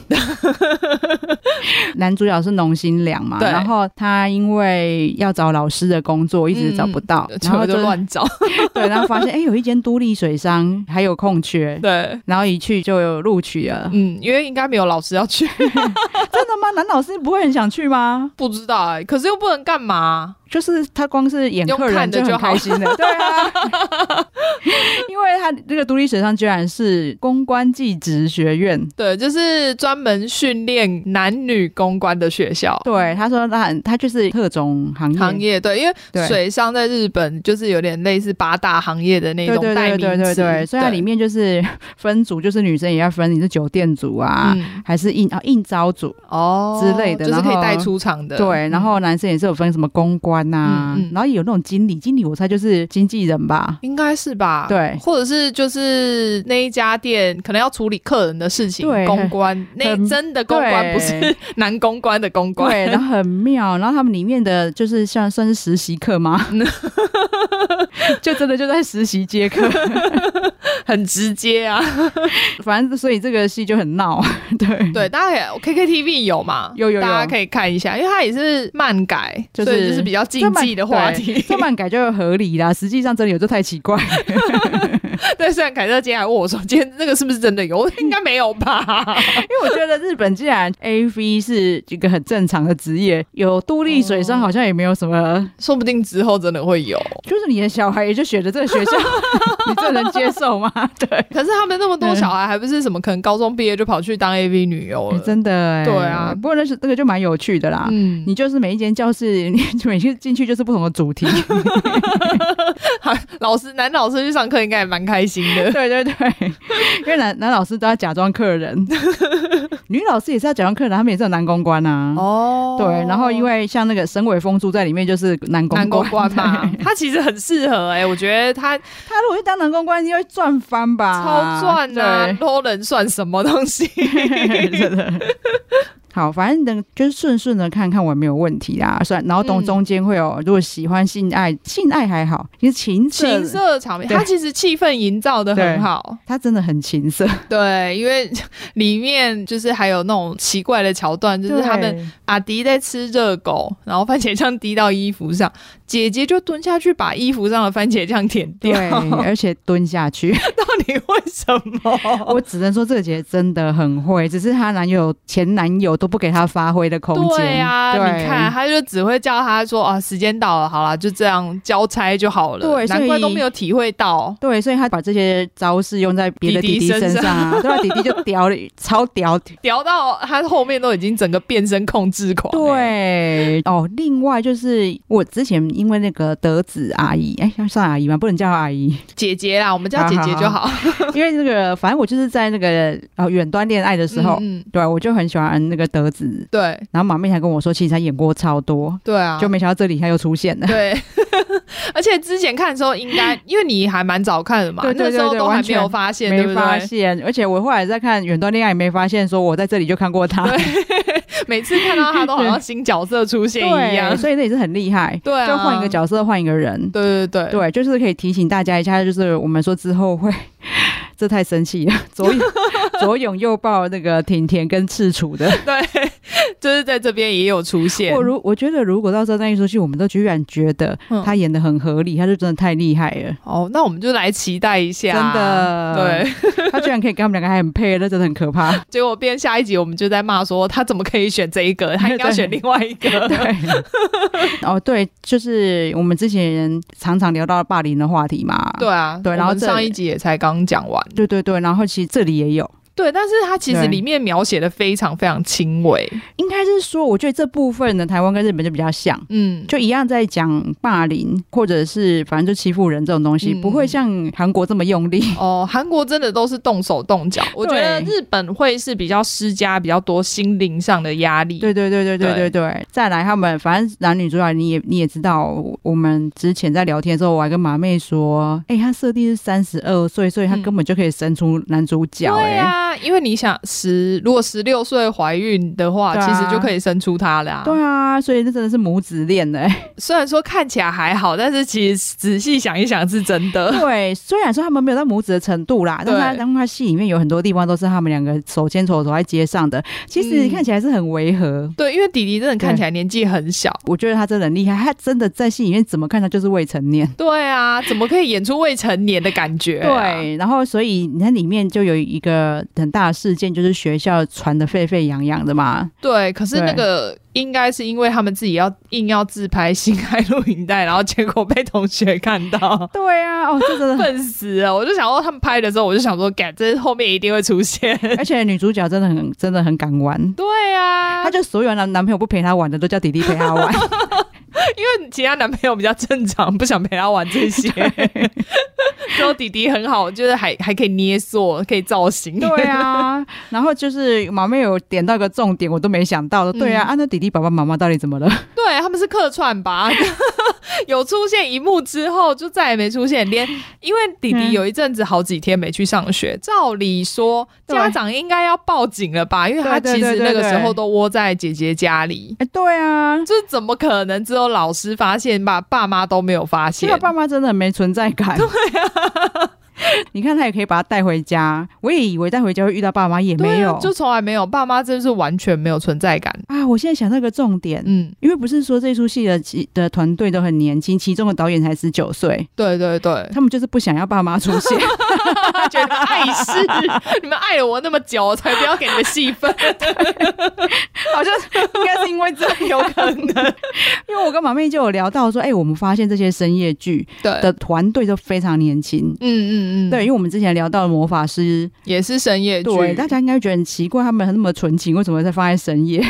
S1: 男主角是龙心良嘛，
S2: 对
S1: 然后他因为要找老师的工作，一直找不到，然后
S2: 嗯就就乱找，
S1: 对，然后发现哎、诶有一间独立水上还有空缺。
S2: 对。
S1: 然后一去就有录取了，
S2: 嗯，因为应该没有老师要去，
S1: 真的吗？男老师不会很想去吗？
S2: 不知道哎、可是又不能干嘛？
S1: 就是他光是演客
S2: 用
S1: 人
S2: 看的
S1: 就
S2: 就
S1: 很
S2: 好
S1: 开心 的，对啊， 因为他这个独立水上居然是公关技职学院，
S2: 对，就是专门训练男女公关的学校
S1: 对，他说他很他就是特种行业，
S2: 哦行业。对，因
S1: 嗯对
S2: 为水上在日本就是有点类似八大行业的那
S1: 对
S2: 种
S1: 对对
S2: 代名
S1: 对
S2: 词，
S1: 对对，所以它里面就是分组，就是女生也要分，你是酒店组啊，
S2: 嗯
S1: 还是应啊应招组，
S2: 哦
S1: 之类的
S2: 就是可以
S1: 然后
S2: 带出场的。嗯
S1: 对，然后男生也是有分什么公关啊，
S2: 嗯嗯
S1: 然后也有那种经理，经理我猜就是经纪人吧。
S2: 应该是吧？
S1: 对
S2: 或者是就是那一家店可能要处理客人的事情，
S1: 对
S2: 公关那
S1: 很
S2: 真的公关
S1: 对
S2: 不是男公关的公关。
S1: 对，然后很妙，然后他们里面的就是像算是实习课吗？ 就真的就在实习接课，
S2: 很直接啊，
S1: 反正所以这个戏就很闹，对
S2: 对，大家可以 KKTV 有嘛？
S1: 嗯有有有
S2: 大家可以看一下，因为它也是漫改，
S1: 就是
S2: 所以就是比较禁忌的话
S1: 这
S2: 题
S1: 么。这么改就合理啦，实际上真的有就太奇怪。
S2: 对，虽然凯特今天还问我说，今天那个是不是真 的有？我说应该没有吧？
S1: 因为我觉得日本既然 A V 是一个很正常的职业，有独立
S2: 哦
S1: 水上好像也没有什么，
S2: 说不定之后真的会有。
S1: 就是你的小孩也就选择这个 学校，你这能接受吗？对，
S2: 可是他们那么多小孩，还不是什么可能高中毕业就跑去当 AV 女优
S1: 嗯哎
S2: 了？
S1: 真的、哎
S2: 对啊
S1: 不过那是这个就蛮有趣的啦。
S2: 嗯，
S1: 你就是每一间教室，你每次进去就是不同的主题。
S2: 老师男老师去上课应该也蛮开心 的。
S1: 对对对，因为男男老师都要假装客 人，女老师也是要假装客人，他们也是有男公关啊。
S2: 哦
S1: 对，然后因为像那个神尾风珠在里面就是男公
S2: 男公关嘛
S1: 对，
S2: 他其实很适合哎、我觉得他
S1: 他如果去当男公关，应该会赚翻吧？
S2: 超赚的、啊，
S1: 对
S2: 偷人算什么东西？
S1: 真的。好，反正等就是顺顺的看看我有没有问题啦。算，然后中
S2: 嗯
S1: 中间会有，如果喜欢性爱，性爱还好，其实情色，
S2: 情色场面，
S1: 对
S2: 他其实气氛营造的
S1: 对
S2: 很好。
S1: 他真的很情色，
S2: 对，因为里面就是还有那种奇怪的桥段，就是他们
S1: 对
S2: 阿迪在吃热狗，然后番茄酱滴到衣服上，姐姐就蹲下去把衣服上的番茄酱舔掉。
S1: 对， 而且蹲下去，
S2: 到底为什么？
S1: 我只能说这个姐姐真的很会，只是她男友前男友都不给她发挥的空间。
S2: 对啊，
S1: 对
S2: 你看，他就只会叫他说啊，时间到了，好啦，就这样交差就好了。
S1: 对所以
S2: 难怪都没有体会到。
S1: 对，所以她把这些招式用在别的弟
S2: 弟弟
S1: 弟身
S2: 身上
S1: 上啊，对啊，弟弟就屌了，超屌，
S2: 聊到他后面都已经整个变身控制狂、欸，
S1: 对哦，另外就是我之前因为那个德子阿姨，哎，要算阿姨吗？不能叫她阿姨，
S2: 姐姐啦，我们叫姐姐就好。
S1: 因为那个反正我就是在那个呃远端恋爱的时候，
S2: 嗯，嗯
S1: 对我就很喜欢那个德子，
S2: 对
S1: 然后马妹还跟我说，其实她演过超多，
S2: 对啊，
S1: 就没想到这里她又出现了。
S2: 对。 而且之前看的时候，应该因为你还蛮早看的嘛，
S1: 对对对
S2: 那时候
S1: 对
S2: 都还
S1: 完
S2: 没
S1: 全
S2: 有发现，对
S1: 没
S2: 不
S1: 发
S2: 对？
S1: 现，而且我后来在看《远端恋爱》，也没发现说我在这里就看过他，
S2: 每次看到他都好像新角色出现 一样
S1: 对，。所以那也是很厉害。
S2: 对啊，
S1: 就换一个角色，换一个人。
S2: 对对对
S1: 对，就是可以提醒大家一下，就是我们说之后会，这太生气了， 左拥左拥右抱那个挺甜跟赤楚的。
S2: 对， 就是在这边也有 出现
S1: 我。哦如我觉得，如果到时候那一出戏，我们都居然觉得
S2: 嗯
S1: 他演的很合理，他就真的太厉害了，
S2: 哦，那我们就来期待一下，
S1: 真的。呃
S2: 对，
S1: 他居然可以跟他们两个还很配，那真的很可怕。
S2: 结果变下一集，我们就在骂说他怎么可以选这一个， 他应该要选另外一个。
S1: 对，哦对，就是我们之前常常聊到霸凌的话题嘛。
S2: 对啊，
S1: 对然后
S2: 我们
S1: 这
S2: 上一集也才刚讲完。
S1: 对对对，然后其实这里也有，
S2: 对，但是他其实
S1: 对
S2: 里面描写的非常非常轻微。
S1: 应该是说，我觉得这部分呢，台湾跟日本就比较像。
S2: 嗯，
S1: 就一样在讲霸凌，或者是反正就欺负人这种东西，
S2: 嗯
S1: 不会像韩国这么用力。
S2: 哦，韩国真的都是动手动脚，我觉得日本会是比较施加比较多心灵上的压 力。
S1: 对对对对对对对，再来他们反正男女主角你也你也知道，我们之前在聊天的时候，我还跟马妹说，哎、他设定是三十二岁，所以他
S2: 嗯
S1: 根本就可以生出男主角、哎诶
S2: 对啊，因为你想十如果十六岁怀孕的话，
S1: 对啊
S2: 其实就可以生出他了、啊。
S1: 对啊，所以这真的是母子恋欸呢、 诶
S2: 虽然说看起来还好，但是其实仔细想一想是真的。
S1: 对，虽然说他们没有到母子的程度啦，但是他
S2: 对
S1: 当他戏里面有很多地方都是他们两个手牵手走在街上的，其实
S2: 嗯
S1: 看起来是很违和。
S2: 对，因为弟弟真的看起来年纪很小。
S1: 我觉得他真的很厉害，他真的在戏里面怎么看他就是未成年。
S2: 对啊，怎么可以演出未成年的感觉、啊？，
S1: 对，然后所以你看里面就有一个很大的事件，就是学校传的沸沸扬扬的嘛。。
S2: 对，可是那个应该是因为他们自己要硬要自拍性爱录影带，然后结果被同学看到
S1: 对啊，哦，这 真的，
S2: 笨死 了！我就想说，他们拍的时候，我就想说，感这后面一定会出现。
S1: 而且女主角真的很真的很敢玩。
S2: 对啊，
S1: 她就所有男男朋友不陪她玩的，都叫弟弟陪她玩。
S2: 因为其他男朋友比较正常，不想陪他玩这 些。只有弟弟很好，就是还还可以捏塑，可以造 型。
S1: 对啊，然后就是毛妹有点到一个重点，我都没想到的。对啊，
S2: 嗯
S1: 啊，那弟弟爸爸妈妈到底怎么了？
S2: 对，他们是客串吧？ 有出现一幕之后，就再也没出现。连因为弟弟
S1: 嗯
S2: 有一阵子好几天没去上学，照理说
S1: 对
S2: 家长应该要报警了吧？因为他
S1: 对
S2: 其
S1: 对对
S2: 实
S1: 对
S2: 那个
S1: 对
S2: 时候都窝在姐姐家里。
S1: 哎、对啊，
S2: 这怎么可能？只有老师发现吧，爸妈都没有发
S1: 这
S2: 现
S1: 个。爸妈真的很没存在感。对啊。你看他也可以把他带回家，我也以为带回家会遇到爸妈，也没
S2: 对
S1: 有。
S2: 啊就从来没有，爸妈真的是完全没有存在感。
S1: 啊，我现在想到一个重点，
S2: 嗯，
S1: 因为不是说这出戏的其的团队都很年轻，其中的导演才十九岁，
S2: 对对对，
S1: 他们就是不想要爸妈出现。
S2: 觉得碍事，你们爱了我那么久，我才不要给你们戏份，
S1: 好像应该是因为这样，
S2: 有可 能。
S1: 因为我跟马妹就有聊到说，哎、我们发现这些深夜剧
S2: 对，
S1: 的团队都非常年轻。
S2: 嗯嗯嗯，
S1: 对，因，为我们之前聊到的魔法师，
S2: 也是深夜剧，
S1: 对大家应该觉得很奇怪，他们那么纯情，为什么在放在深 夜？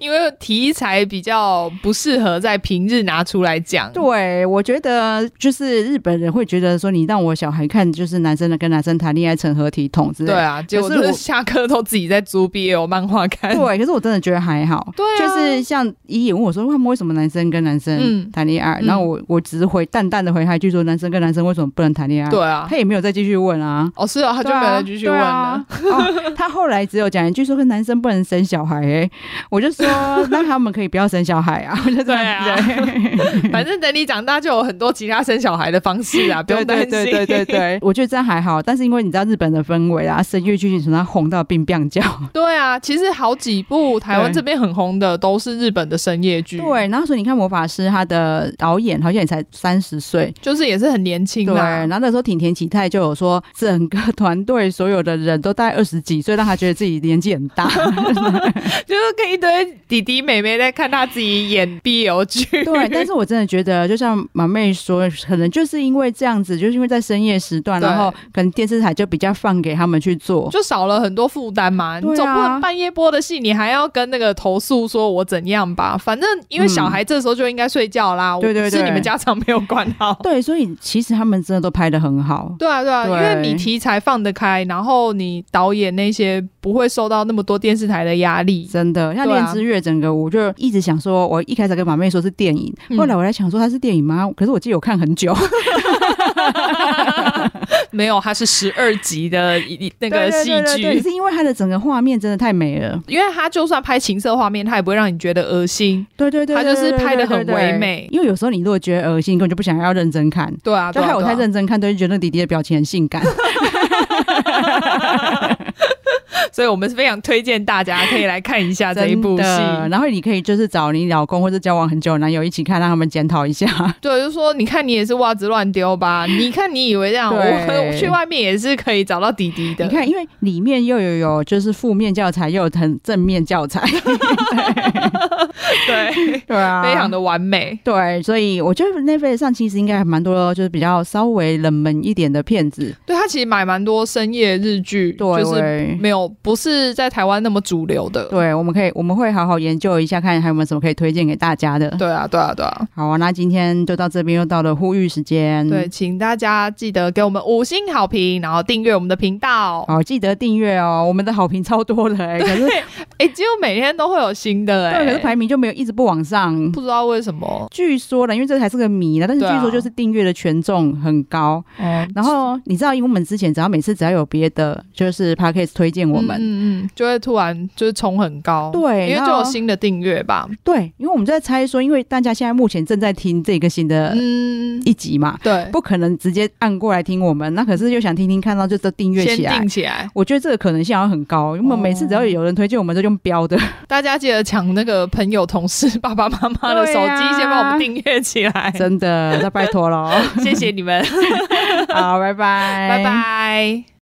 S2: 因为题材比较不适合在平日拿出来讲。
S1: 对，我觉得就是日本人会觉得说，你让我小孩看，就是男生的跟男生谈恋爱成合体统之类
S2: 对
S1: 的。
S2: 啊，结果
S1: 可
S2: 就是是
S1: 我
S2: 下课都自己在租 BL 漫画看。
S1: 对，可是我真的觉得还好。
S2: 对啊
S1: 就是像伊也问我说，他们为什么男生跟男
S2: 嗯
S1: 生谈恋爱？
S2: 嗯
S1: 然后我我只是回淡淡的回他一句说，男生跟男生为什么不能谈恋爱？
S2: 对啊，
S1: 他也没有再继续问啊。
S2: 哦是啊，他就没
S1: 有
S2: 有继续问了。。
S1: 对啊哦他后来只有讲一句说跟男生不能生小孩、欸，我就说那他们可以不要生小孩 啊，我就这样子欸
S2: 反正等你长大就有很多其他生小孩的方式 啊，不
S1: 对
S2: 用担
S1: 对
S2: 心。
S1: 对对对对， 我觉得这样还好，但是因为你知道日本的氛围啊，声乐剧从他红到病病叫，
S2: 对啊，其实好几部台湾这边很红的都 是日本的深夜剧，，
S1: 对，然后所以你看魔法师他的导演好像也才三十岁，
S2: 就是也是很年轻啊
S1: 对，
S2: 啦
S1: 然。后那时候挺田启泰就有说，整个团队所有的人都大概二十几岁，让他觉得自己年纪很大。
S2: 就是跟一堆弟弟妹妹在看他自己演 BL 剧。
S1: 对，但是我真的觉得，就像马妹说，可能就是因为这样子，就是因为在深夜时段，
S2: 对
S1: 然后可能电视台就比较放给他们去做。
S2: 就少了很多负担嘛，你
S1: 对啊
S2: 总不能半夜播的戏，你还要跟那个投诉说我怎样吧？反正因为小孩这时候就应该睡觉啦，我
S1: 对对对
S2: 是你们家长没有管好。
S1: 对，所以其实他们真的都拍的很好。
S2: 对啊，对啊，
S1: 对
S2: 因为你题材放得开，然后你导演那些不会受到那么多电视台的压力。
S1: 真的，像《
S2: 对啊
S1: 恋之月》整个，我就一直想说，我一开始跟马妹说是电影，
S2: 嗯
S1: 后来我在想说它是电影吗？可是我记得我看很久，
S2: 没有，它是十二集的一一 那个戏
S1: 对对对对对
S2: 剧，
S1: 是因为它的整个画面真的太美 了。
S2: 因为它就算拍情色画面，它也不会让你觉得恶心。
S1: 对对对，
S2: 它
S1: 对
S2: 就是
S1: 对对
S2: 拍得
S1: 对
S2: 很
S1: 对
S2: 唯
S1: 对
S2: 美
S1: 因为有时候你如果觉得恶心，你根本就不想要认真看。
S2: 对啊，
S1: 就
S2: 对啊
S1: 害我
S2: 对啊
S1: 太认真看，都会觉得弟弟的表情很性感。
S2: 所以我们是非常推荐大家可以来看一
S1: 啊
S2: 下这一部戏。
S1: 真的然后你可以就是找你老公或者交往很久的男友一起看，让他们检讨一 下。
S2: 对，就说你看你也是袜子乱丢 吧，你看你以为这样，我
S1: 对
S2: 我去外面也是可以找到弟弟的。
S1: 你看，因为里面又有有就是负面教 材，又有很正面教材，
S2: 对，
S1: 对啊
S2: 非常。的完美。
S1: 对，所以我觉得 Netflix 上其实应该还蛮多，就是比较稍微冷门一点的片子。
S2: 对他其实买蛮多深夜日剧，
S1: 对，
S2: 就是
S1: 对
S2: 没有不是在台湾那么主流的。
S1: 对，我们可以我们会好好研究一下，看还有没有什么可以推荐给大家的。
S2: 对啊，对啊，对啊。
S1: 好啊，那今天就到这边，又到了呼吁时间。
S2: 对，，请大家记得给我们五星好评，然后订阅我们的频道。
S1: 好，记得订阅哦，我们的好评超多的、欸，可是
S2: 哎、几乎每天都会有新的哎、
S1: 对，可是排名就没有一直不往上。
S2: 不知道为什么
S1: 据说呢，因为这才是个谜呢，但是
S2: 对
S1: 据
S2: 啊
S1: 说就是订阅的权重很高。
S2: 哦，
S1: 然后你知道，因为我们之前只要每次只要有别的就是 podcast 推荐我们，
S2: 嗯嗯嗯就会突然就是冲很高，
S1: 对
S2: 因为
S1: 那
S2: 就有新的订阅吧，
S1: 对，因为我们就在猜说，因为大家现在目前正在听这个新的
S2: 嗯，
S1: 一集嘛，
S2: 对，
S1: 不可能直接按过来听我们，那可是又想听听看到就都订阅
S2: 先哦
S1: 起来
S2: 定。起来，
S1: 我觉得这个可能性好像很高，因为我们每次只要有人推荐，我们都用标 的。
S2: 大家记得抢那个朋友、同事、爸爸妈妈的手
S1: 对
S2: 机，
S1: 啊
S2: 先帮我们订阅起来，
S1: 真 的，那拜托喽。
S2: 谢谢你们，
S1: 好，拜拜，
S2: 拜。拜。